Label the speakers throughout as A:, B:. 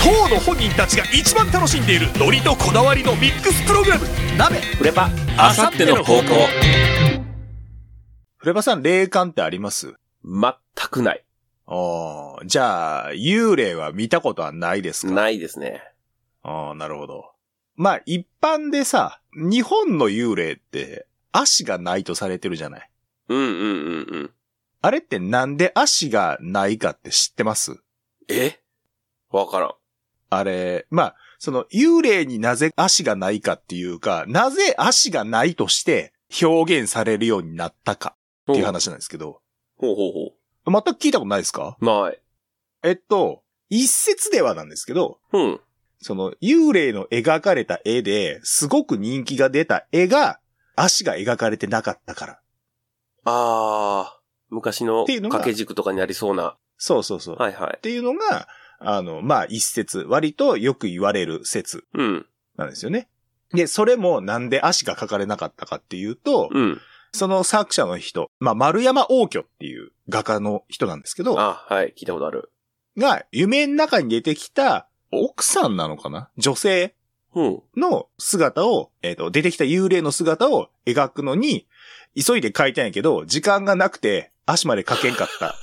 A: 人たちが一番楽しんでいるノリとこだわりのミックスプログラム鍋
B: フレパ、
A: あさっての方向
C: フレバさん、霊感ってあります
B: 全くない。
C: ああ、じゃあ、幽霊は見たことはないですか
B: ないですね。
C: ああ、なるほど。まあ、一般でさ、日本の幽霊って、足がないとされてるじゃない。
B: うんうんうんうん。
C: あれってなんで足がないかって知ってます
B: えわからん。
C: あれ、まあ、その幽霊になぜ足がないかっていうか、なぜ足がないとして表現されるようになったかっていう話なんですけど、
B: ほうほうほ
C: 全く聞いたことないですか
B: う。ない。
C: えっと、一説ではなんですけど、
B: うん。
C: その幽霊の描かれた絵ですごく人気が出た絵が足が描かれてなかったから。
B: あー、昔の
C: っていうのが
B: 掛け軸とかにありそうな。
C: そうそうそう。っ
B: はいはい。
C: ていうのが、あの、まあ、一説、割とよく言われる説
B: うん。
C: なんですよね。で、それもなんで足が描かれなかったかっていうと、
B: うん。
C: その作者の人、まあ、丸山王居っていう画家の人なんですけど、
B: あ、はい。聞いたことある。
C: が、夢の中に出てきた奥さんなのかな女性
B: うん。
C: の姿を、えっ、と、出てきた幽霊の姿を描くのに、急いで描いたんやけど、時間がなくて足まで描けんか った。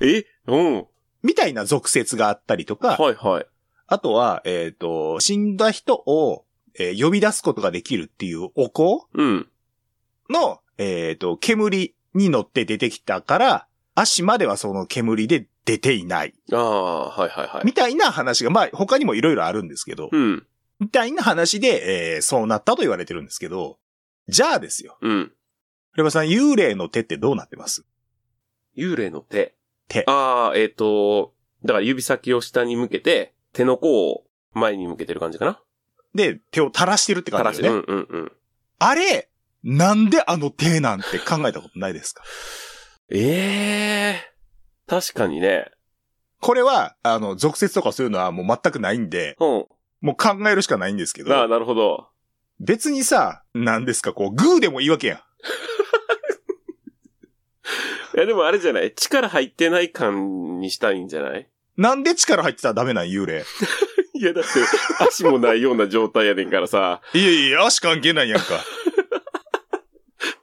B: えうん。
C: みたいな俗説があったりとか、
B: はいはい。
C: あとは、えっ、と、死んだ人を、えー呼び出すことができるっていうお香
B: うん。
C: の、えっ、と、煙に乗って出てきたから、足まではその煙で出ていない。
B: あー、はいはいはい。
C: みたいな話が、まあ他にもいろいろあるんですけど、
B: うん。
C: みたいな話で、えーそうなったと言われてるんですけど、じゃあですよ。
B: うん。
C: フレバさん、幽霊の手ってどうなってます
B: 幽霊の手。
C: 手
B: あー、えっ、と、だから指先を下に向けて、手の甲を前に向けてる感じかな。
C: で、手を垂らしてるって
B: 垂
C: 感
B: ら
C: じ
B: し
C: で
B: て。
C: ね。
B: うんうんうん。
C: あれ、なんであの手なんて考えたことないですか
B: ええー。確かにね。
C: これは、あの、俗説とかそういうのはもう全くないんで、
B: うん。
C: もう考えるしかないんですけ
B: ああ、
C: ど、
B: なるほど。
C: 別にさ、なんですか、こう、グーでもいいわけやん。
B: いや、でもあれじゃない力入ってない感にしたいんじ ゃない
C: なんで力入ってたらダメなん幽霊。
B: いや、だって、 足もないような状態やねんからさ、
C: いやいや、足関係ないやんか。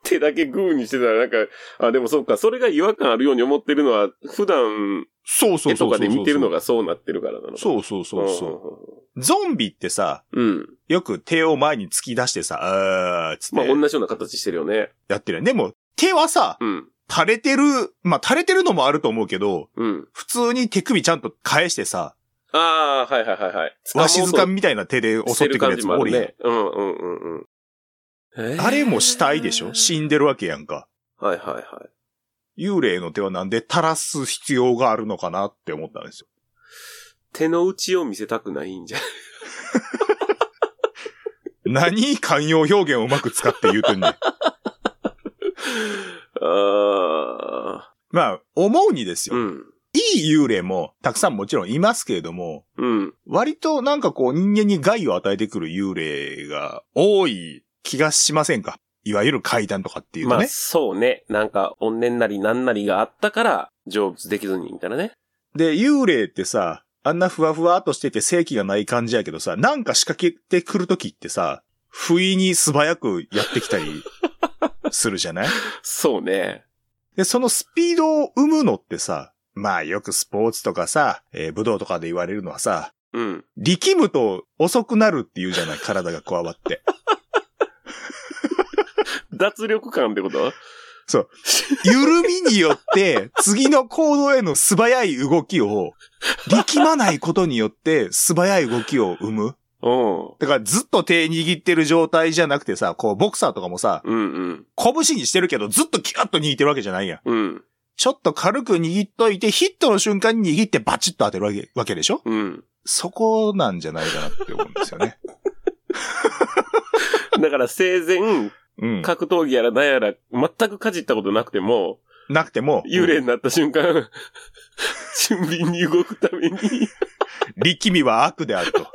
B: 手だけグーにしてたらなんか、あ、でもそうか、それが違和感あるように思ってるのは、普段、
C: そうそ
B: 絵
C: うそ
B: と
C: うそうそう。
B: かで見てるのがそうなってるからなの。う
C: そうそうそうそう。
B: そ
C: ゾンビってさ、
B: うん。うん。
C: よく手を前に突き出してさ、あーっつ
B: ま
C: っ
B: あ、
C: て
B: 同じような形してるよね。
C: やってるやん。でも、手はさ、
B: うん。
C: 垂れてる、まあ、垂れてるのもあると思うけど、
B: うん。
C: 普通に手首ちゃんと返してさ、
B: ああ、はいはいはいはい。
C: わしづか
B: み
C: みみたいな手で襲ってくるやつもおるやん。
B: ね。うんうんうんうん。えー
C: あれも死体でしょ死んでるわけやんか。
B: はいはいはい。
C: 幽霊の手はなんで垂らす必要があるのかなって思ったんですよ。
B: 手の内を見せたくないんじゃ ない
C: 何寛容表現をうまく使って言うと んねん。
B: ああ。
C: まあ、思うにですよ。
B: うん。
C: いい幽霊もたくさんもちろんいますけれども、
B: うん。
C: 割となんかこう人間に害を与えてくる幽霊が多い気がしませんかいわゆる怪談とかっていうと
B: まあ、
C: ね。
B: そうね。なんか、怨念なりなんなりがあったから、成仏できずに、みたいなね。
C: で、幽霊ってさ、あんなふわふわっとしてて正気がない感じやけどさ、なんか仕掛けてくるときってさ、不意に素早くやってきたりするじゃない
B: そうね。
C: で、そのスピードを生むのってさ、まあよくスポーツとかさ、えー武道とかで言われるのはさ、
B: うん。
C: 力むと遅くなるっていうじゃない体が加わって。
B: 脱力感ってこと
C: 緩みによって、次の行動への素早い動きを、力まないことによって素早い動きを生む。
B: う
C: だからずっと手握ってる状態じゃなくてさ、こうボクサーとかもさ、
B: ん。うんうん。
C: 拳にしてるけどずっとキュッと握ってるわけじゃないやん。
B: うん。
C: ちょっと軽く握っといて、ヒットの瞬間に握ってバチッと当てるわけわけでしょ
B: うん。
C: そこなんじゃないかなって思うんですよ ね。
B: だから、生前、
C: うん。
B: 格闘技やら何やら、全くかじったことなくても、
C: なくても、
B: 幽霊になった瞬間、 俊敏に動くために、
C: 力みは悪であると。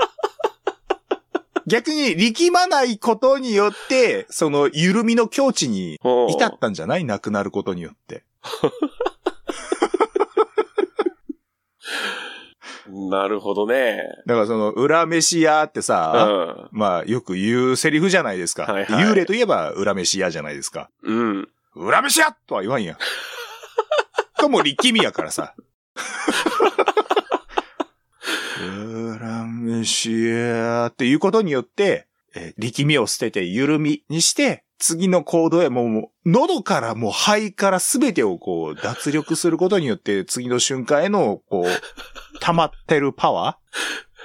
C: 逆に力まないことによって、その緩みの境地に
B: うん
C: 至ったんじゃない亡くなることによって。
B: なるほどね。
C: だからその、裏飯屋って
B: う
C: さ、
B: ん。
C: まあ、よく言うセリフじゃないですか。
B: はいはい
C: 幽霊といえば裏飯屋じゃないですか。
B: うん。
C: 裏飯屋とは言わんやん。とも力みやからさ。裏飯屋っていうことによって、えー力みを捨てて緩みにして、次の行動へもうもう、喉からもう肺から全てをこう脱力することによって、次の瞬間へのこう、溜まってるパワ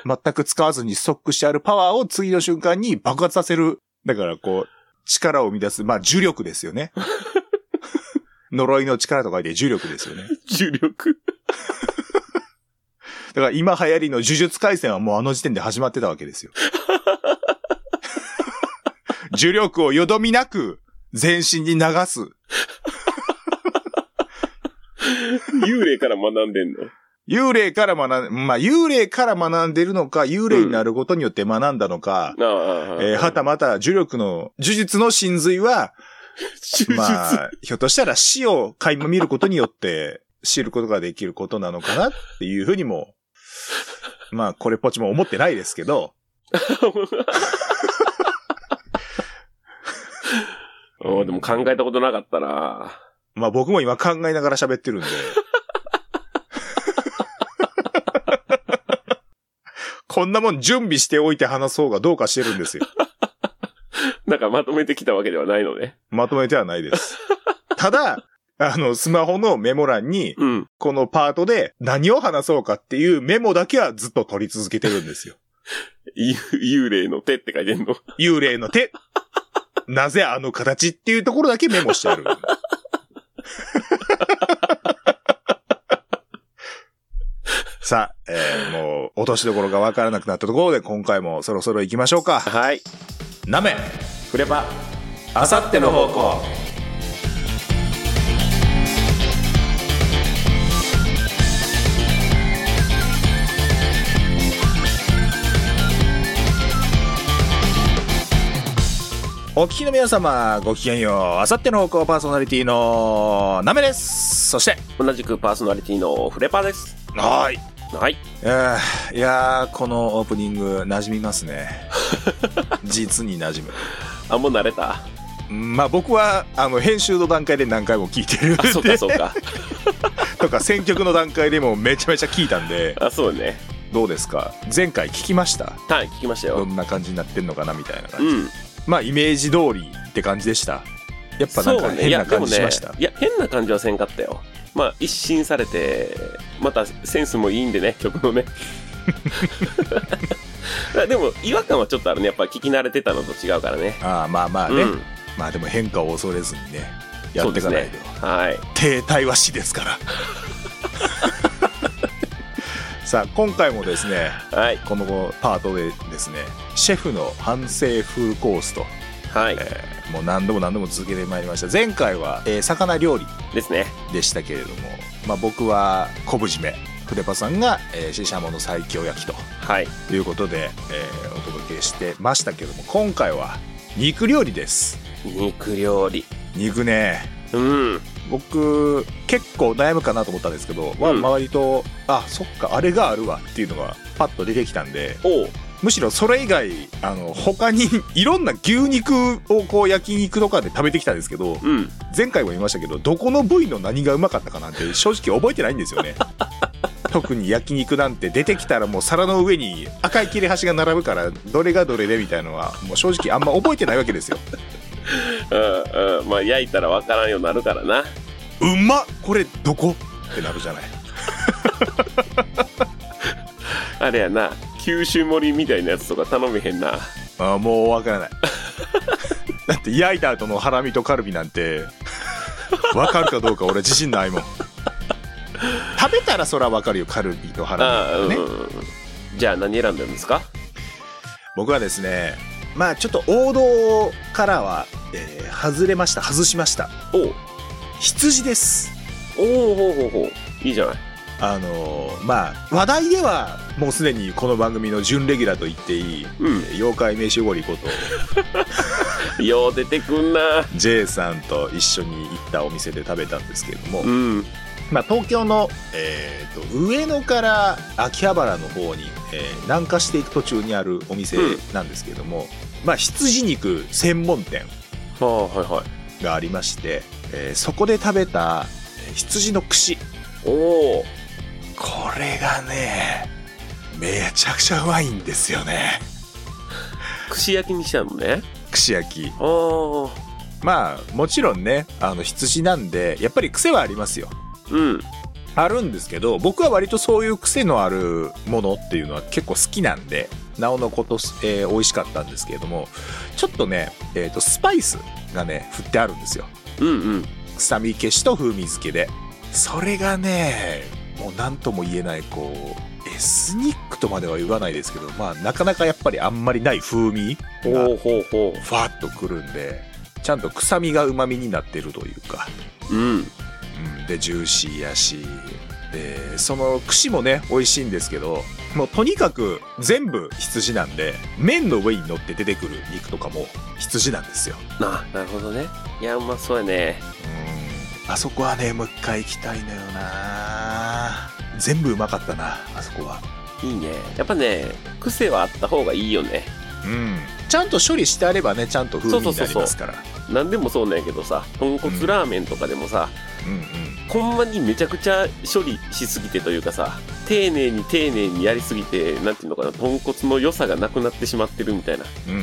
C: ー全く使わずにストックしてあるパワーを次の瞬間に爆発させる。だからこう、力を生み出す、まあ、重力ですよね。呪いの力と書いて重力ですよね。
B: 重力。
C: だから今流行りの呪術回戦はもうあの時点で始まってたわけですよ。呪力をよどみなく全身に流す。
B: 幽霊から学んでんの。
C: 幽霊から学ん、まあ、幽霊から学んでるのか、幽霊になることによって学んだのか、
B: ああああ。
C: えーはたまた呪力の、呪術の真髄は、
B: 手術。
C: まあ、ひょっとしたら死を垣間見ることによって知ることができることなのかなっていうふうにも、まあ、これっぽっちも思ってないですけど、
B: おーでも考えたことなかったな。
C: まあ僕も今考えながら喋ってるんで。こんなもん準備しておいて話そうがどうかしてるんですよ。
B: なんかまとめてきたわけではないのね。
C: まとめてはないです。ただ、あの、スマホのメモ欄に、
B: うん。
C: このパートで何を話そうかっていうメモだけはずっと取り続けてるんですよ。
B: ゆ幽霊の手って書いてんの。
C: 幽霊の手。なぜあの形っていうところだけメモしてあ る。さあ、えーもう、落としどころがわからなくなったところで、今回もそろそろ行きましょうか。
B: はい。
C: なめ、
B: フレパ。
C: あさっての方向。お聞きの皆様、ごきげんよう。あさっての方向パーソナリティの、なめです。そして、
B: 同じくパーソナリティのフレパです。
C: はーい。
B: はい。
C: えーいやー、このオープニング、馴染みます ね。実に馴染む。
B: あ、もう慣れた。
C: まあ僕はあの編集の段階で何回も聞いてる
B: あ、そうかそう か。
C: とか選曲の段階でもめちゃめちゃ聞いたんで
B: あ、そうね。
C: どうですか前回聞きました
B: はい、聞きました
C: ど
B: よ。
C: んな感じになってんのかなみたいな
B: う
C: 感じ、
B: ん。
C: まあイメージ通りって感じでしたやっぱなん
B: そ
C: か
B: うね。
C: 変
B: いや、
C: な
B: で
C: 感
B: も
C: じし
B: ね
C: ました、
B: いや、変な感じはせんかったよ。まあ、一新されて、またセンスもいいんでね、曲 のね。でも、違和感はちょっとあるね。やっぱ聞き慣れてたのと違うからね。
C: ああまあまあね、
B: うん
C: まあでも変化を恐れずにねやっていかない
B: そう
C: と、
B: ですねはい。
C: 停滞は死ですから さあ今回もですね
B: はい。
C: このパートでですねシェフの反省フルコースと
B: はい。
C: もう何度も何度も続けてまいりました前回は、えー魚料理
B: ですね。
C: でしたけれども、まあ、僕は昆布締め筆パさんが、えー、シシャモの最強焼きと
B: はい。
C: いうことで、えーお届けしてましたけども今回は肉料理です
B: 肉料理。
C: 肉ね
B: うん。
C: 僕結構悩むかなと思ったんですけど、まあ
B: うん
C: 周りとあそっかあれがあるわっていうのがパッと出てきたんで
B: おう。
C: むしろそれ以外あの他にいろんな牛肉をこう焼肉とかで食べてきたんですけど、
B: うん。
C: 前回も言いましたけどどこの部位の何がうまかったかなんて正直覚えてないんですよ ね特に焼肉なんて出てきたらもう皿の上に赤い切れ端が並ぶからどれがどれでみたいのはもう正直あんま覚えてないわけですよ
B: うんうん。まあ、焼いたらわからんようになるからな。
C: うまっこれどこってなるじゃない
B: あれやな。九州盛りみたいなやつとか頼めへんな。
C: あーもうわ からないだって焼いた後のハラミとカルビなんてわかるかどうか俺自信ないもん食べたらそらわかるよカルビとハ
B: ああ、
C: ラミ、ね、
B: うん。じゃあ何選んだんですか
C: 僕はですねまあちょっと王道からは、えー外れました外しました
B: おう。
C: 羊です
B: おおほうほうほう。いいじゃない。
C: あのーまあ話題ではもうすでにこの番組の準レギュラーと言っていい
B: うん。
C: 妖怪名刺ゴリこと
B: よう出てくんな。
C: J さんと一緒に行ったお店で食べたんですけれども、
B: うん。
C: まあ、東京の、えー、と上野から秋葉原の方に、えー南下していく途中にあるお店なんですけども、まあ、羊肉専門店
B: ああ、はいはい。
C: がありまして、えーそこで食べたえー羊の串
B: おお。
C: これがねめちゃくちゃうまいんですよね
B: 串焼きにしたのね。
C: 串焼き
B: ああ。
C: まあもちろんねあの羊なんでやっぱり癖はありますよ
B: うん。
C: あるんですけど僕は割とそういう癖のあるものっていうのは結構好きなんでなおのこと、えー美味しかったんですけれどもちょっとね、えー、とスパイスがね振ってあるんですよ
B: うんうん。
C: 臭み消しと風味付けでそれがねもう何とも言えないこうエスニックとまでは言わないですけどまあなかなかやっぱりあんまりない風味が
B: ほうほうほ
C: ファッとくるんでちゃんと臭みがうまみになってるというか
B: う。うん。
C: うんでジューシーやしでその串もね美味しいんですけどもうとにかく全部羊なんで麺の上に乗って出てくる肉とかも羊なんですよ
B: な、なるほどね。いや、うまそうやね。
C: うんあそこはねもう一回行きたいのよな全部うまかったなあそこはい
B: いね。やっぱね、癖はあった方がいいよね。
C: うんちゃんと処理してあればねちゃんと風味になりますから
B: なんでもそうなんやけどさ、豚骨ラーメンとかでもさ、
C: うんうん
B: ほんまにめちゃくちゃ処理しすぎてというかさ、丁寧に丁寧にやりすぎて、なんていうのかな、豚骨の良さがなくなってしまってるみたいな。
C: うんうん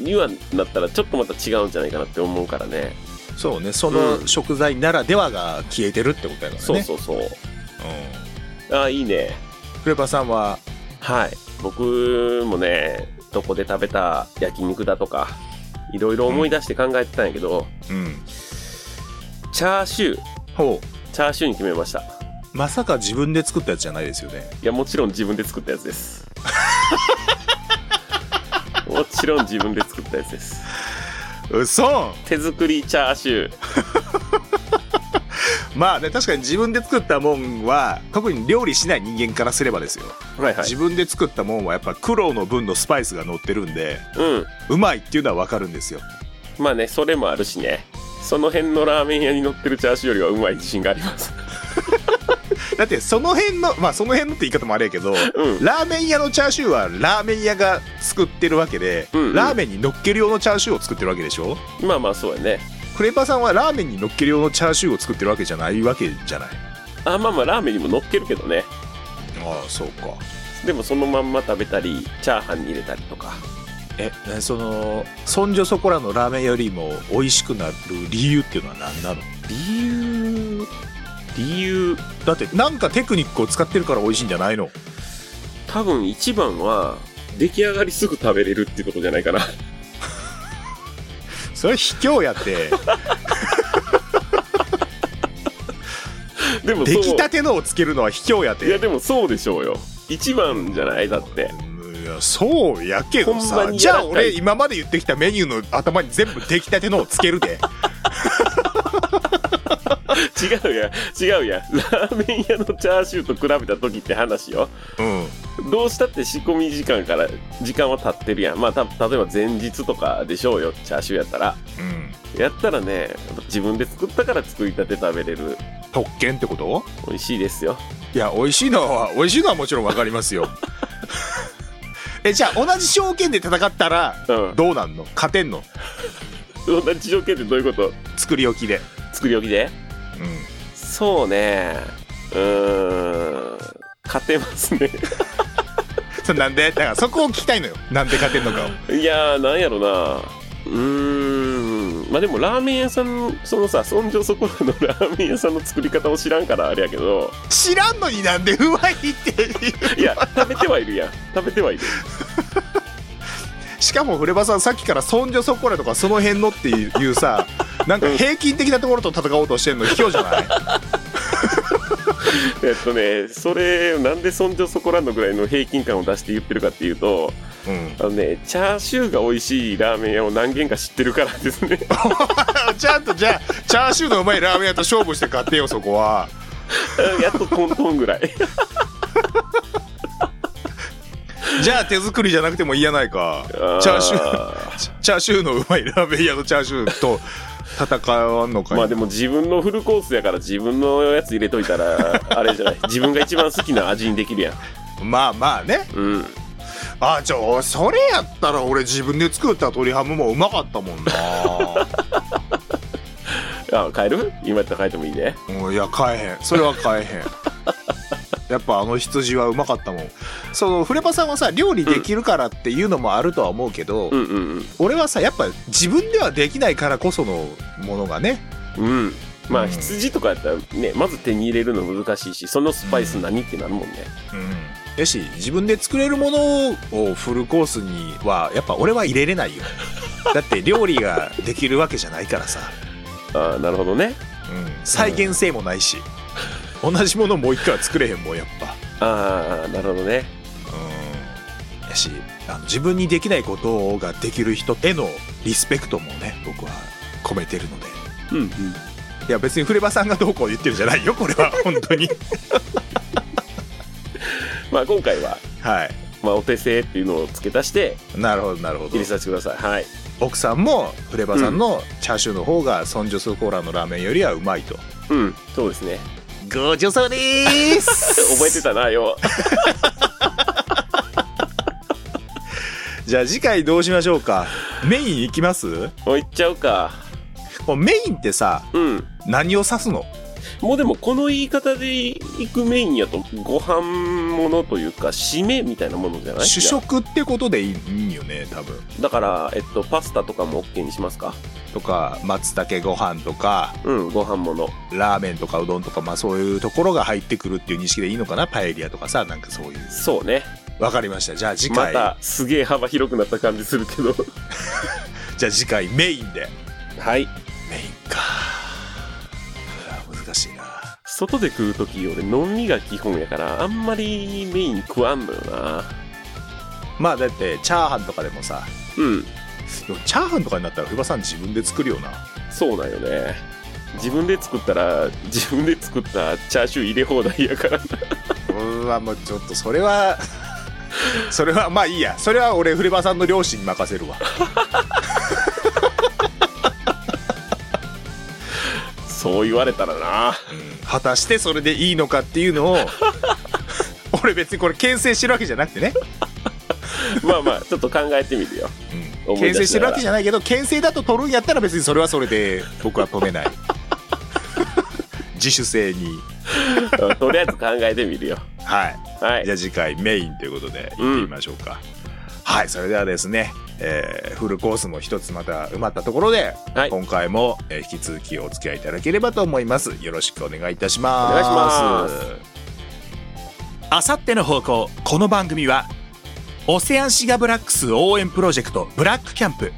C: うん
B: にはなったらちょっとまた違うんじゃないかなって思うからね。
C: そうねそうの
B: ん
C: 食材ならではが消えてるってことやからね
B: そうそうそう。
C: う
B: ああ、いいね。
C: ん、クレバさんは
B: はい。僕もね、どこで食べた焼肉だとか、いろいろ思い出して考えてたんやけど、
C: うん
B: チャーシュー、
C: ほう
B: チャーシューに決めました。い
C: まさか自分で作ったやつじゃないですよね。
B: や、もちろん自分で作ったやつです。 もちろん自分で作ったやつです。
C: うそ
B: 手作りチャーシュー。
C: まあね、確かに自分で作ったもんは、特に料理しない人間からすればですよ。
B: はいはい
C: 自。分で作ったもんはやっぱ苦労の分のスパイスが乗ってるんで、
B: うん。
C: うまいっていうのはわかるんですよ。
B: まあね、それもあるしね。その辺のラーメン屋に乗ってるチャーシューよりはうまい自信があります。
C: だってその辺の、まあその辺のって言い方もあれやけど、
B: うん。
C: ラーメン屋のチャーシューはラーメン屋が作ってるわけで、
B: うんうん
C: ラーメンに乗っける用のチャーシューを作ってるわけでしょ
B: まあまあそうやね。
C: クレーパーさんはラーメンに乗っける用のチャーシューを作ってるわけじゃないわけじゃない
B: あ、まあまあラーメンにも乗っけるけどね。
C: ああそうか
B: でもそのまんま食べたり、チャーハンに入れたりとか。
C: ええそのそんじょそこらのラーメンよりも美味しくなる理由っていうのは何なの
B: 理由、理由、
C: だってなんかテクニックを使ってるから美味しいんじゃないの
B: 多分一番は、出来上がりすぐ食べれるってことじゃないか な。
C: それ卑怯やって
B: でもそう。
C: 出来たてのをつけるのは卑怯やっ
B: いや
C: て
B: でもそうでしょうよ。一番じゃないだって。
C: いやそうやけど
B: ほんま
C: さ
B: に
C: じ
B: やら
C: ゃ
B: か
C: あ
B: い
C: 俺今まで言ってきたメニューの頭に全部出来たてのをつけるで
B: 違うや、違うや。ラーメン屋のチャーシューと比べた時って話よ。
C: うん
B: どうしたって仕込み時間から、時間は経ってるやん。まあた、例えば前日とかでしょうよ、チャーシューやったら。
C: うん
B: やったらね、自分で作ったから作りたて食べれる。
C: 特権ってこと
B: 美味しいですよ。
C: いや美味しいのは美味しいのはもちろんわかりますよ えじゃあ同じ条件で戦ったら
B: うん。
C: どうなんの勝てんの
B: 同じ条件ってどういうこと
C: 作り置きで
B: 作り置きで
C: うん
B: そうね。うーん。勝てますね。
C: そうなんでだからそこを聞きたいのよなんで勝てんのかを
B: いやー、なんやろな。うーん。まあでもラーメン屋さん、そのさ、そんじょそこらのラーメン屋さんの作り方を知らんからあれやけど、
C: 知らんのになんでうまいって
B: いや、食べてはいるやん。食べてはいる。
C: しかもフレバさんさっきから「そんじょそこら」とか「その辺の」っていう さなんか平均的なところと戦おうとしてんの卑怯じゃない
B: えっとね、それ、なんでそんじょそこらのぐらいの平均感を出して言ってるかっていうと、
C: うん
B: あのね、チャーシューが美味しいラーメン屋を何軒か知ってるからですね。
C: ちゃんとじゃあチャーシューのうまいラーメン屋と勝負して勝ってよそこは
B: やっとトントンぐらい。
C: じゃあ手作りじゃなくてもいいやないか。
B: あ
C: チャーシュー、
B: ー。
C: チャーシューのうまいラーメン屋のチャーシューと戦わんのかい。
B: まあでも自分のフルコースやから自分のやつ入れとい たら、あれじゃない。自分が一番好きな味にできるやん。
C: まあまあね。
B: うん。
C: あ、じゃあ、それやったら俺自分で作った鶏ハムもうまかったもんな。
B: あ、変える今やったら変えてもいいね。
C: うんいや、買えへん。それは買え へん。やっぱあの羊はうまかったもん。その、フレパさんはさ、料理できるからっていうのもあるとは思うけど、
B: うんうん
C: 俺はさ、やっぱ自分ではできないからこそのものがね。
B: うん。うん。ま
C: う
B: あ
C: ん
B: 羊とかやったらね、まず手に入れるの難しいし、そのスパイス何ってなるもんね。
C: うん。やし、自分で作れるものをフルコースには、やっぱ俺は入れれない よ。だって料理ができるわけじゃないからさ。
B: ああ、なるほどね。
C: うん。再現性もないし。同じものもう一回は作れへんもん、やっぱ。
B: ああ、なるほどね。
C: うんやしあの自分にできないことができる人へのリスペクトもね僕は込めてるので
B: うんうん。
C: いや別にフレバさんがどうこう言ってるんじゃないよこれ は本当に
B: まあ今回は、
C: はい
B: まあお手製っていうのを付け足して
C: なるほどなるほ
B: 入
C: ど
B: れさせてください。はい。
C: 奥さんもフレバさんのチャーシューの方がソンジョスコーラのラーメンよりはうまいと
B: うん、そうですね。
C: ご助走でー す
B: 覚えてたな、よう。
C: じゃあ次回どうしましょうかメインいきます
B: もう行っちゃうか。
C: もうメインってさ
B: うん。
C: 何を指すの
B: もうでもこの言い方で行くメインやとご飯ものというか締めみたいなものじゃない
C: 主食ってことでいいいいよね多分
B: だから、えっと、パスタとかも OK にしますか
C: とか松茸ご飯とか
B: うんご飯もの
C: ラーメンとかうどんとか、まあ、そういうところが入ってくるっていう認識でいいのかなパエリアとかさなんかそういう
B: そうね
C: わかりましたじゃあ次
B: ま
C: 回、
B: たすげえ幅広くなった感じす るけど
C: じゃあ次回メインで
B: はい
C: メインかうわ難しいな
B: 外で食う時俺飲みが基本やからあんまりメイン食わんのよな
C: まあだってチャーハンとかでもさ
B: うん
C: でもチャーハンとかになったらふばさん自分で作るよな
B: そうなんよね自分で作ったら自分で作ったチャーシュー入れ放題やから
C: うわもうちょっとそれは それはまあいいやそれは俺フレバさんの両親に任せるわ
B: そう言われたらな
C: 果たしてそれでいいのかっていう のを俺別にこれ牽制してるわけじゃなくてね、
B: まあまあちょっと考えてみるよ
C: うん、
B: 思い出しながら
C: 牽制してるわけじゃないけど牽制だと取るんやったら別にそれはそれで僕は止 めない自主性に
B: うんとりあえず考えてみるよ
C: はい
B: はい
C: じゃあ次回メインということでいってみましょうか、はいそれではですね、えーフルコースも一つまた埋まったところで、
B: はい
C: 今回もえー引き続きお付き合いいただければと思いますよろしくお願いいたし
B: お
C: ます
B: 願いします
C: あさっての方向この番組はオセアンシガブラックス応援プロジェクトブラックキャンプ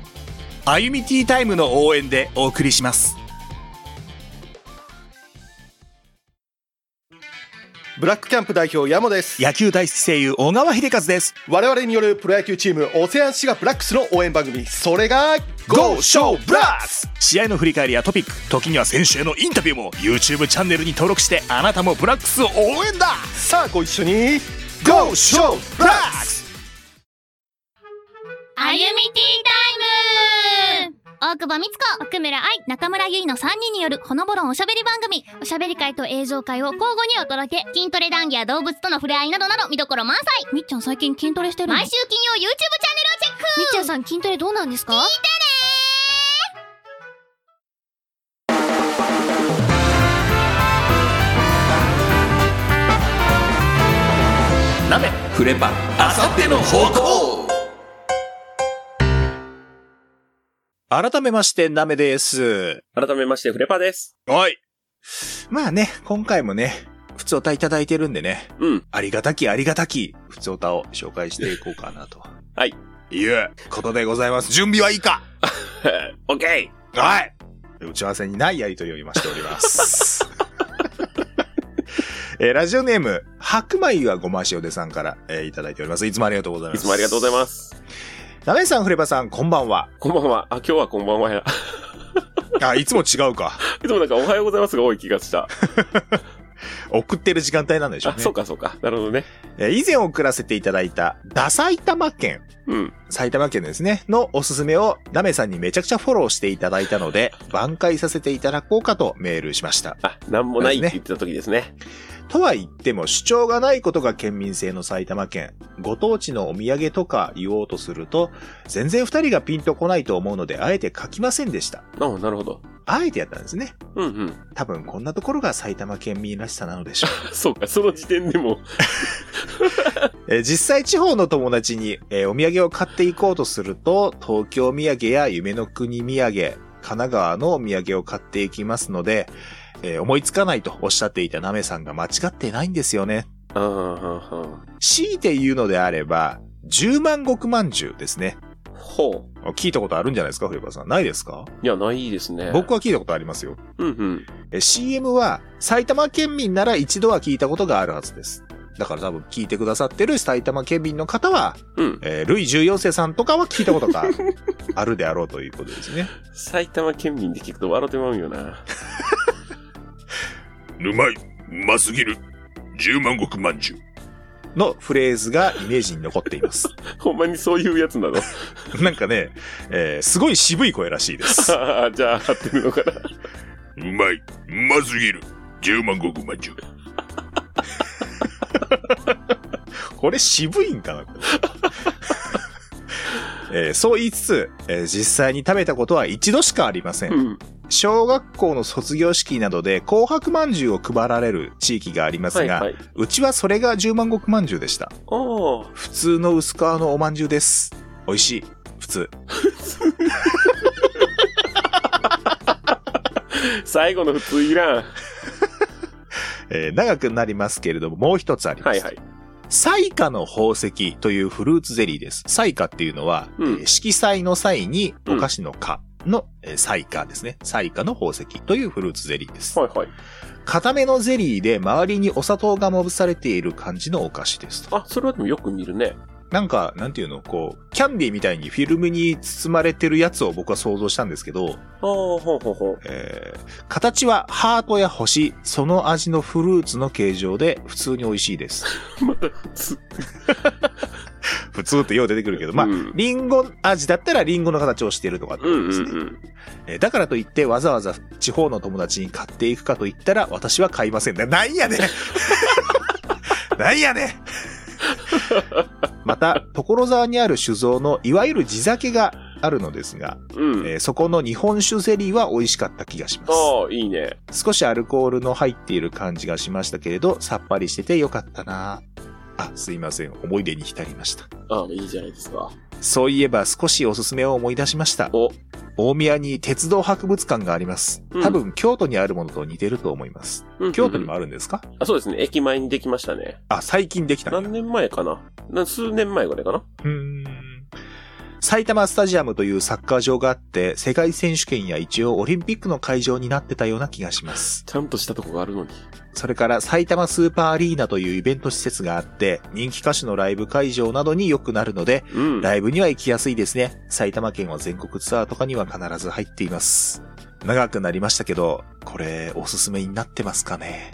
C: 歩みティータイムの応援でお送りします
D: ブラックキャンプ代表山本です
C: 野球大好き声優小川秀和です
D: 我々によるプロ野球チームオセアンシガブラックスの応援番組それが
C: GO
D: GO!
C: ショーブラックス試合の振り返りやトピック時には選手へのインタビューも YouTube チャンネルに登録してあなたもブラックスを応援だ
D: さあご一緒に
C: GO ショーブラックス
E: あゆみティータイム大久保美津子、奥村愛、中村ゆいの3人によるほのぼろんおしゃべり番組おしゃべり会と映像会を交互にお届け筋トレ談義や動物との触れ合いなどなど見どころ満載みっちゃん最近筋トレしてる毎週金曜 YouTube チャンネルをチェックみっちゃんさん筋トレどうなんですか聞いてね
A: 鍋フレパあさっての方向
C: 改めましてナメです
B: 改めましてフレパです
C: はいまあね今回もね普通歌いただいてるんでね
B: うん
C: ありがたきありがたき普通歌を紹介していこうかなと
B: はい
C: いうことでございます準備はいいか
B: オッケ
C: はい打ち合わせにないやりとりを今しております。 えーラジオネーム、白米はごま塩でさんから、えーいただいております。いつもありがとうござい
B: ー
C: ま
B: い
C: す。
B: つもありがとうござい
C: す。
B: ます
C: ダメさん、フレバさん、こんばんは。
B: こんばんはあ今日はこんばんはや
C: あ、いつも違うか。
B: いつもなんかおはようございますが多い気がした
C: 送ってる時間帯なんでしょう
B: あ、
C: ね
B: そう。かそうか。なるほどね。
C: えー以前送らせていただいた、ダ埼玉県、
B: うん。
C: 埼玉県ですね、のおすすめを、ナメさんにめちゃくちゃフォローしていただいたので、挽回させていただこうかとメールしました。
B: あ、なんもないって言ってた時ですね。
C: とは言っても主張がないことが県民性の埼玉県。ご当地のお土産とか言おうとすると、全然二人がピンとこないと思うので、あえて書きませんでした。
B: あ、なるほど。
C: あえてやったんですね。
B: うんうん。
C: 多分こんなところが埼玉県民らしさなのでしょう。
B: そうか、その時点でも、
C: えー実際地方の友達に、えーお土産を買っていこうとすると、東京土産や夢の国土産、神奈川のお土産を買っていきますので、えー思いつかないとおっしゃっていたナメさんが間違ってないんですよね。
B: ああ、
C: 強いて言うのであれば、十万石饅頭ですね。
B: ほう。
C: あ聞いたことあるんじゃないですか、冬場さん。ないですか
B: いや、ないですね。
C: 僕は聞いたことありますよ。
B: うんうん。
C: え CM は埼玉県民なら一度は聞いたことがあるはずです。だから多分聞いてくださってる埼玉県民の方は、
B: うん。
C: えールイ14世さんとかは聞いたこと があるであろうということですね。
B: 埼玉県民で聞くと笑ってまうよな。
A: うまい。うますぎる。十万石まんじゅう。
C: のフレーズがイメージに残ってい ます。
B: ほんまにそういうやつなの。
C: なんかね、えーすごい渋い声らしいです。
B: ああ、じゃあ、合ってるのかな。
A: うまい。うますぎる。十万石まんじゅう。
C: これ渋いん かなえーそう言いつつ、えー実際に食べたことは一度しかありません
B: う。ん。
C: 小学校の卒業式などで紅白饅頭を配られる地域があります
B: はい
C: が、
B: はい。
C: うちはそれが十万石饅頭でした。
B: おー。
C: 普通の薄皮のお饅頭です。美味しい。普通。
B: 最後の普通いらん。
C: えー長くなりますけれども、もう一つあります。
B: はいはい。
C: サイカの宝石というフルーツゼリーです。サイカっていうのは、
B: うん
C: えー色彩の際に
B: う
C: お
B: ん
C: 菓子の花の、えーサイカですね。サイカの宝石というフルーツゼリーです。
B: はいはい。
C: 固めのゼリーで周りにお砂糖がまぶされている感じのお菓子ですと。
B: あ、それはでもよく見るね。
C: なんか、なんていうの、こう、キャンディーみたいにフィルムに包まれてるやつを僕は想像したんですけど、
B: ああ、ほうほうほう。
C: えー形はハートや星、その味のフルーツの形状で普通に美味しいです。
B: まだ普通。
C: 普通ってよう出てくるけど、まあ、
B: うん
C: リンゴ味だったらリンゴの形をしているとかってこ
B: う
C: と
B: ん
C: で
B: う
C: す
B: ん
C: ね、
B: うん。
C: えーだからといってわざわざ地方の友達に買っていくかと言ったら私は買いません。ななんやねん なんやねんまた、所沢にある酒造のいわゆる地酒があるのですが、
B: うん。
C: えーそこの日本酒ゼリーは美味しかった気がしま
B: ああ、いいね。
C: す。少しアルコールの入っている感じがしましたけれど、さっぱりしててよかったなあ、すいません。思い出に浸りました。
B: ああ、いいじゃないですか。
C: そういえば少しおすすめを思い出しました。
B: お、
C: 大宮に鉄道博物館があります。
B: うん
C: 多分京都にあるものと似てると思います。
B: うん
C: 京都にも
B: あ
C: あるんですか、
B: あ、そうですね。駅前にできましたね。
C: あ、最近できたんだ
B: 何年前かなな数年前ぐらいかな
C: うーん埼玉スタジアムというサッカー場があって、世界選手権や一応オリンピックの会場になってたような気がします。
B: ちゃんとしたとこがあるのに。
C: それから埼玉スーパーアリーナというイベント施設があって、人気歌手のライブ会場などに良くなるので、
B: うん。
C: ライブには行きやすいですね。埼玉県は全国ツアーとかには必ず入っています。長くなりましたけど、これおすすめになってますかね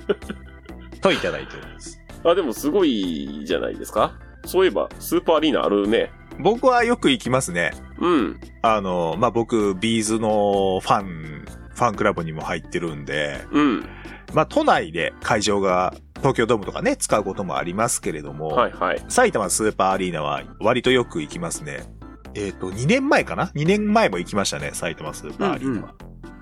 C: といただいております。
B: あ、でもすごいじゃないですかそういえば、スーパーアリーナあるね。
C: 僕はよく行きますね。
B: うん。
C: あの、まあ、僕、ビーズのファン、ファンクラブにも入ってるんで、
B: うん。
C: まあ、都内で会場が東京ドームとかね、使うこともありますけれども、
B: はいはい。
C: 埼玉スーパーアリーナは割とよく行きますね。えっ、と、2年前かな ?2 年前も行きましたね、埼玉スーパーアリーナは。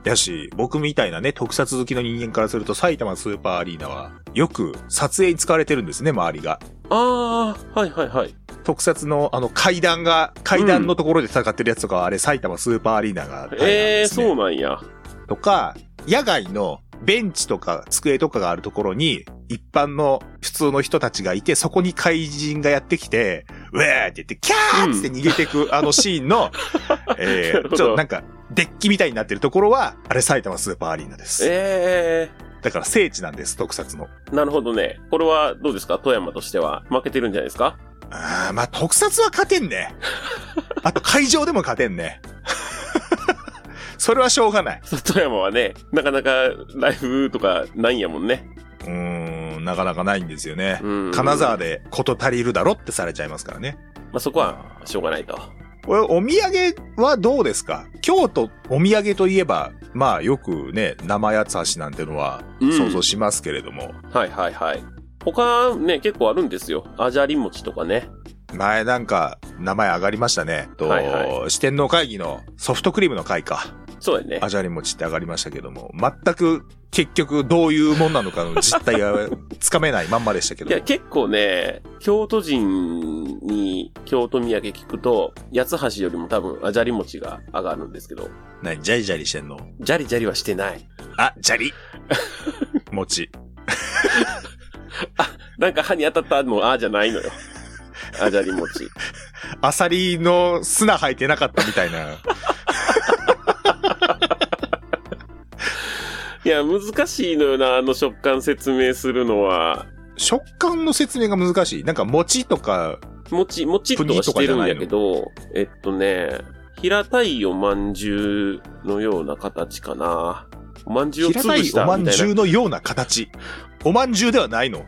C: やし、僕みたいなね、特撮好きの人間からすると埼玉スーパーアリーナは、よく撮影に使われてるんですね、周りが。
B: ああ、はいはいはい。
C: 特撮のあの階段が、階段のところで戦ってるやつとかは、あれ埼玉スーパーアリーナが、
B: ええー、そう
C: う。
B: なんや。
C: とか、野外のベンチとか机とかがあるところに、一般の普通の人たちがいて、そこに怪人がやってきて、ウェーって言って、キャーっつって逃げてく、あのシーン の、え
B: なる
C: ー、
B: ほど
C: ちょっとなんか、デッキみたいになってるところは、あれ埼玉スーパーアリーナです。
B: え
C: だから聖地なんです、特撮の。
B: えー。なるほどね。これはどうですか富山としては。負けてるんじゃないですか
C: あーまあ特撮は勝てんね。あと会場でも勝てんね。 それはしょうがない。
B: 富山はね、なかなかライブとかないんやもんね。
C: うーん、なかなかないんですよね。
B: うん
C: 金沢で事足りるだろってされちゃいますからね。
B: まあ、そこはしょうがないと。
C: これ、お土産はどうですか京都、お土産といえば、まあよくね、生八つ橋なんてのは
B: うん
C: 想像しますけれども、
B: はいはいはい。他ね、結構あるんですよ。あじゃり餅とかね。
C: 前なんか名前上がりましたね。と、
B: はいは
C: 四天王会議のソフトクリームの会か。
B: そうだよね
C: あ。じゃり餅って上がりましたけども、全く結局どういうもんなのかの実態 がつかめないまんまでしたけ
B: いや、
C: ど。
B: 結構ね、京都人に京都土産聞くと、八つ橋よりも多分、あじゃり餅が上がるんですけど、
C: 何、ジャリジャリしてんの
B: じゃりじゃりはしてない。
C: あ、ジャ リ餅。
B: なんか歯に当たったの、あじゃな いのよ。あじゃり餅。
C: アサリの砂入ってなかったみたいな。
B: いや、難しいのよな、あの食感説明するのは。
C: 食感の説明が難しい。なんか餅とか、
B: もち、もちっとはしてるんやけど、えっとね、平たいおまんじゅうのような形かな。おまんじゅうを
C: 平た
B: 潰
C: い
B: し
C: お
B: た
C: ま
B: み
C: ん
B: たい
C: じゅ
B: な。
C: うのような形。おまんじゅうではないの。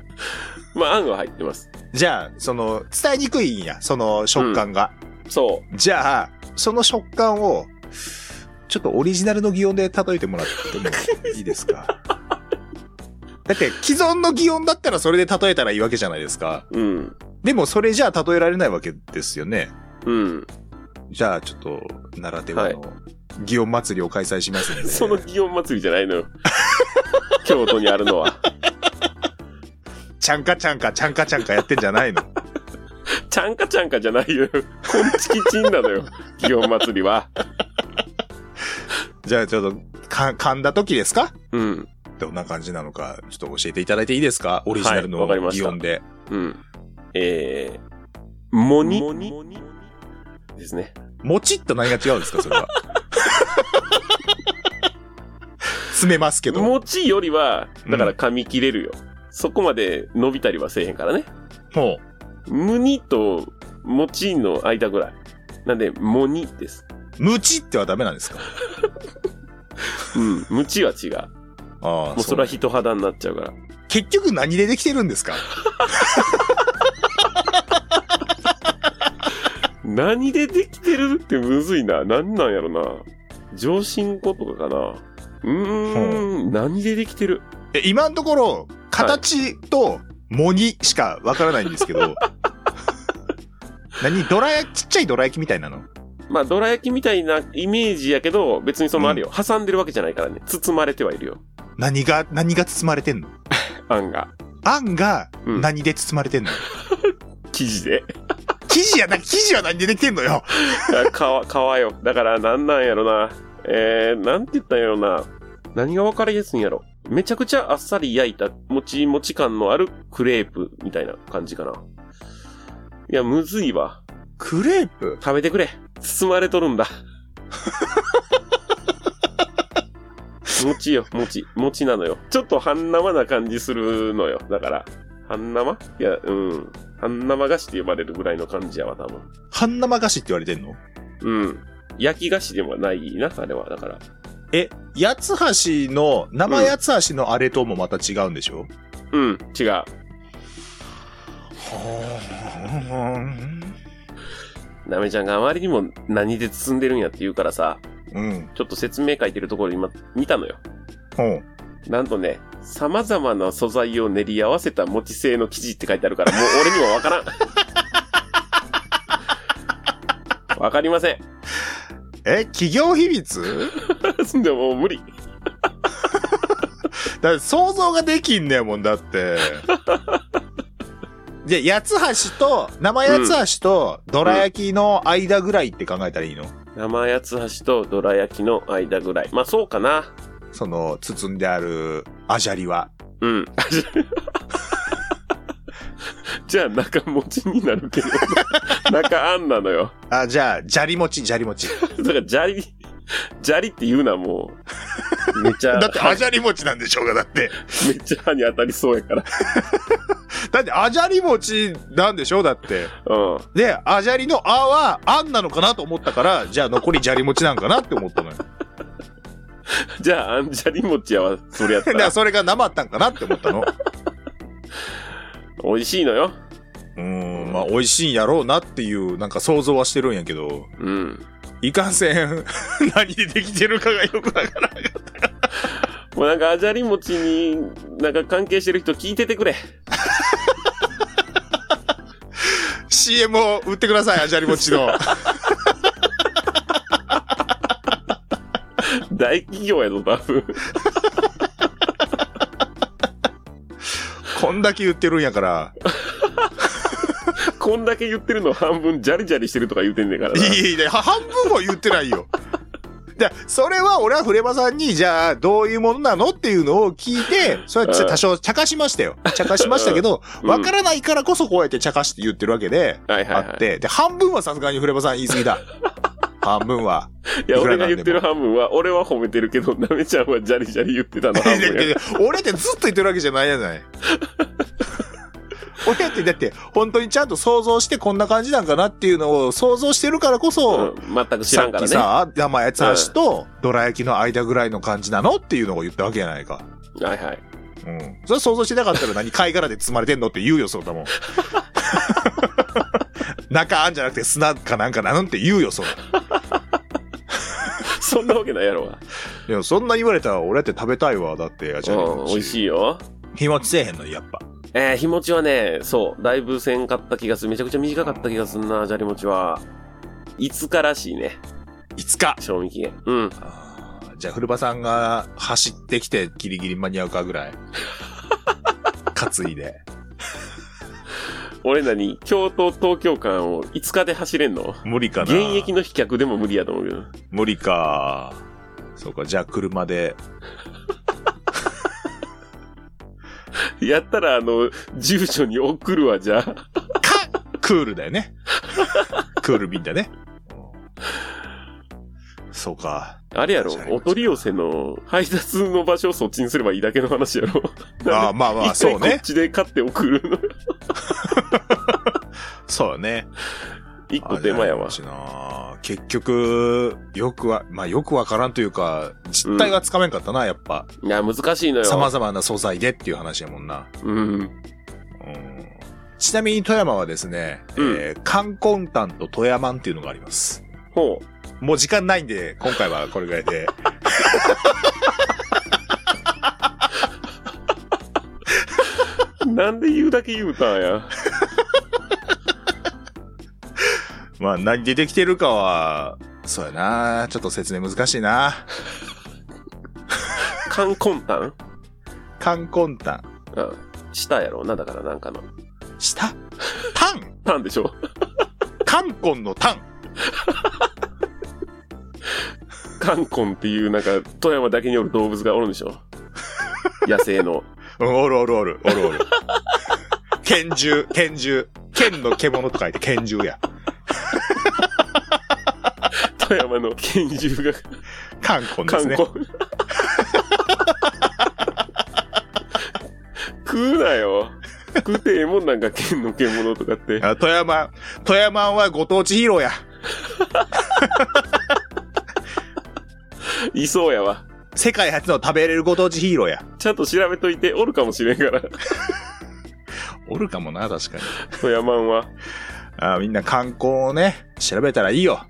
B: まあ、あんが入ってます。
C: じゃあ、その、伝えにくいんや、その食感が。
B: そ
C: じゃあ、その食感を、ちょっとオリジナルの擬音で例えてもらって もいいですかだって、既存の擬音だったらそれで例えたらいいわけじゃないですか。
B: う。うん。
C: でも、それじゃあ例えられないわけですよね。
B: うん。
C: じゃあ、ちょっと、奈良ではあの、擬音祭りを開催しますんで。
B: その祇園祭りじゃないのよ。 京都にあるのは。
C: ちゃんかちゃんか、ちゃんかちゃんかやってんじゃ ないの。
B: ちゃんかちゃんかじゃないよ。こんちきちんなのよ。祇園祭りは。
C: じゃあ、ちょっと、か、噛んだ時ですか
B: うん。
C: どんな感じなのか、ちょっと教えていただいていいですかオリジナル
B: はい
C: の
B: わかりまし
C: 擬
B: た
C: 音で。
B: うん。えー、もに。ですね。
C: もちっと何が違うんですかそれ は。詰めますけど。
B: もちよりは、だから噛み切れるよ。そこまで伸びたりはせえへんからね。
C: も
B: むにともちの間ぐらい。なんで、もにです。
C: う、むちってはダメなんですか
B: うん。むちは違う。
C: あ
B: も
C: あ、
B: うそれは
C: う
B: 人肌になっちゃうから。
C: 結局何でできてるんですか
B: 何でできてるってむずいな。何なんやろな。上新語とかかな。うーん、何でできてる
C: え今のところ、形と、もにしかわからないんですけど。 何ドラや、ちっちゃいドラ焼きみたいなの
B: まあ、どら焼きみたいなイメージやけど、別にそのあるよ。挟んでるわけじゃないからね。包まれてはいるよ。
C: 何が、何が包まれてんの
B: あんが。
C: あんが、
B: うん
C: 何で包まれてんの、
B: 生地で。
C: 生地やな、生地は何でできてんのよ
B: 皮、皮よ。だから、なんなんやろな。えー、なんて言ったんやろな。何が分かりやすいんやろ。めちゃくちゃあっさり焼いた、もちもち感のあるクレープみたいな感じかな。いや、むずいわ。
C: クレープ
B: 食べてくれ。包まれとる んだ。餅よ、餅。餅なのよ。ちょっと半生な感じするのよ。だから。半生いや、うん。半生菓子って呼ばれるぐらいの感じやわ、多分。
C: 半生菓子って言われてんの
B: うん。焼き菓子でもないな、あれは。だから。
C: え、八つ橋の、生
B: うん
C: 八つ橋のあれともまた違うんでしょ、
B: うん、違う。なめちゃんがあまりにも何で包んでるんやって言うからさ、
C: うん。
B: ちょっと説明書いてるところ今見たのよ。
C: うん。
B: なんとね、様々な素材を練り合わせた餅製の生地って書いてあるから、もう俺にはわからん。 わかりません。
C: え、企業秘密
B: でももう無理。
C: だって想像ができんねやもんだ って。じゃあ、八つ橋と、生八つ橋と、どら焼きの間ぐらいって考えたらいいの、
B: 生八つ橋とどら焼きの間ぐらい。まあそうかな。
C: その、包んである、あじゃりは。
B: うん。 じゃあ中餅になるけど、 中あんなのよ。
C: あ、じゃあ、じゃり餅、じゃり餅。
B: だから、砂利、砂利って言うな、もう。めっちゃ、
C: だって、あじゃり餅なんでしょうが、だって。
B: めっちゃ歯に当たりそうやから。
C: だって、あじゃり餅なんでしょうだって。
B: うん。
C: で、あ じゃりのあは、あんなのかなと思ったから、じゃあ残りじゃり餅なんかなって思ったのよ。
B: じゃあ、アンジャリ餅やわ、それや った
C: だから
B: ら。
C: それがなまったんかなって思ったの。
B: 美味しいのよ。
C: うん、まあ美味しいんやろうなっていう、なんか想像はしてるんやけど、
B: うん。
C: いかんせん、 何でできてるかがよくわからん
B: もうなんか、アンジャリ餅に、なんか関係してる人聞いててくれ。
C: CM を売ってください、アジャリモチ の。
B: 大企業やぞ、多分。
C: こんだけ言ってるんやから。
B: こんだけ言ってるの半分、ジャリジャリしてるとか言うてんねんから
C: い
B: な。
C: いいいね、半分も言ってないよ。でそれは俺はフレバさんに、じゃあ、どういうものなのっていうのを聞いて、それは多少茶化しましたよ。茶化しましたけど、
B: うん
C: わからないからこそこうやって茶化して言ってるわけで、
B: はいはい
C: あ
B: はい。
C: って、で、半分はさすがにフレバさん言い過 ぎだ。半分は。
B: いや、
C: いくら
B: 俺
C: な
B: が
C: んでも
B: 言ってる半分は、俺は褒めてるけど、なめちゃんはジャリジャリ言ってたの半
C: いや
B: 分
C: いやい
B: や。
C: や俺ってずっと言ってるわけじゃないじゃない。俺ってだって本当にちゃんと想像してこんな感じなんかなっていうのを想像してるからこそ、
B: うん、全く知
C: さ
B: らん
C: っ
B: から
C: き
B: ね。は
C: さ、生八橋とどら焼きの間ぐらいの感じなのっていうのを言ったわけじゃないか。
B: いはい。
C: うん。それ想像してなかったら何貝殻で積まれてんのって言うよ、そうだ もん。中あんじゃなくて砂かなんかなのって言うよ、そうだ。
B: そんなわけないやろが。
C: いや、そんな言われたら俺って食べたいわ、だって、八
B: うん、美味
C: い。
B: しいよ。
C: 日持ちせえへんの、やっぱ。
B: えー、日持ちはね、そう、だいぶせんかった気がする。めちゃくちゃ短かった気がするな、じゃり餅は。5日らしいね、
C: いつか。
B: 賞味期限。うん。
C: あーじゃあ、古場さんが走ってきてギリギリ間に合うかぐ らい。担いで。
B: 俺なに、京都、東京間を5日で走れんの
C: 無理かな。
B: 現役の飛脚でも無理やと思うけど。
C: 無理か。そうか、じゃあ車で。
B: やったら、あの、住所に送るわ、じゃあ。
C: クールだよね。クール便だね。そうか。
B: あれやろ
C: ジャリ、餅
B: お取り寄せの配達の場所をそっちにすればいいだけの話やろ。
C: あ あ、まあまあ、
B: 一回
C: そう
B: こっ
C: ね。
B: ちで買って送る の。
C: そうね。
B: 一個手間やわ
C: あ。れだな結局、よくは、まあよくわからんというか、実態がつかめんかったな、やっぱ。
B: いや、難しいのよ。
C: 様々な素材でっていう話やもんな。
B: うん。
C: うんちなみに富山はですね、
B: うん
C: えー、冠婚炭と富山んっていうのがあります。
B: ほ
C: もう時間ないんで、今回はこれぐらい で。
B: う。なんで言うだけ言うたんや。
C: まあ、何でできてるかは、そうやな。ちょっと説明難しいな。
B: 冠婚炭
C: 冠婚炭。
B: うん。したやろな、だからなんかの。
C: 下炭
B: 炭でし ょ
C: 冠婚の炭。
B: 冠婚っていう、なんか、富山だけにおる動物がおるんでしょ野生の。
C: うんおるおるおる、おるおる。 拳銃、拳銃。剣の獣と書いて拳銃や。
B: 富山の 拳銃が
C: 冠婚です
B: 冠
C: ね。
B: 婚。食うなよ。食うてええもんなんか、剣の獣とかって。
C: あ富山、富山はご当地ヒーローや。
B: いそうやわ。
C: 世界初の食べれるご当地ヒーローや。
B: ちゃんと調べといて、おるかもしれんから。
C: おるかもな、確かに。
B: 富山んは。
C: あみんな観光をね、調べたらいいよ。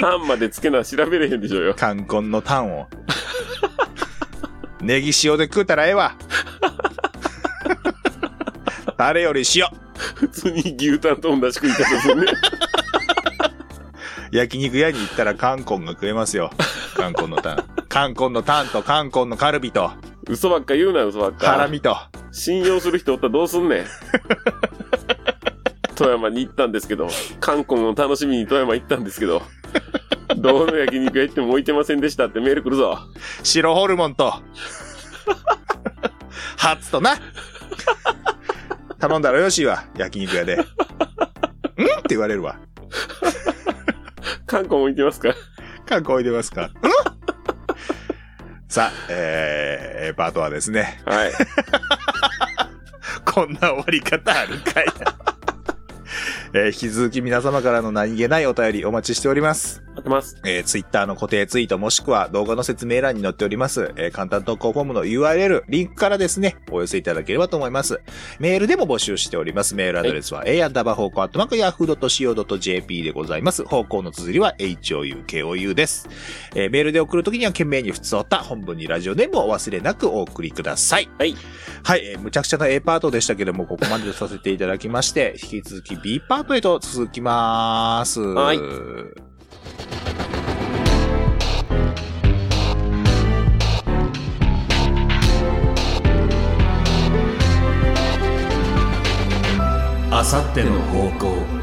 B: タンまでつけな調べれへんでしょうよ。
C: 冠婚のタンを。 ネギ塩で食うたらええわ。あれより塩。
B: 普通に牛タンと同じ食い方するね。
C: 焼肉屋に行ったら冠婚が食えますよ。冠婚のタン。冠婚のタンと冠婚のカルビと、
B: 嘘ばっか言うな、嘘ばっか。
C: ハラミと。
B: 信用する人おったらどうすんねん。富山に行ったんですけど、韓国を楽しみに富山行ったんですけど、どの焼肉屋行っても置いてませんでしたってメール来るぞ。
C: 白ホルモンと、ハツとな。頼んだらよしは、焼肉屋で。んって言われるわ。
B: 韓国置いてますか
C: 観光いでますかさあ、えー、パートはですね、
B: はい。
C: こんな終わり方あるかいえー引き続き皆様からの何気ないお便りお待ちしております。
B: 待ってます。
C: えー、ツイッターの固定ツイートもしくは動画の説明欄に載っております、えー簡単投稿フォームの URL、リンクからですね、お寄せいただければと思います。メールでも募集しております。メールアドレスは、a アンダーバー方向アットマーク yahoo.co.jp でございます。方向の綴りは houkou です。えーメールで送るときには懸命に普通た本文にラジオネームをお忘れなくお送りください。
B: はい。
C: はい、えーむちゃくちゃな A パートでしたけども、ここまでとさせていただきまして、 引き続き B パートへと続きます。
B: はい
F: あさっての方向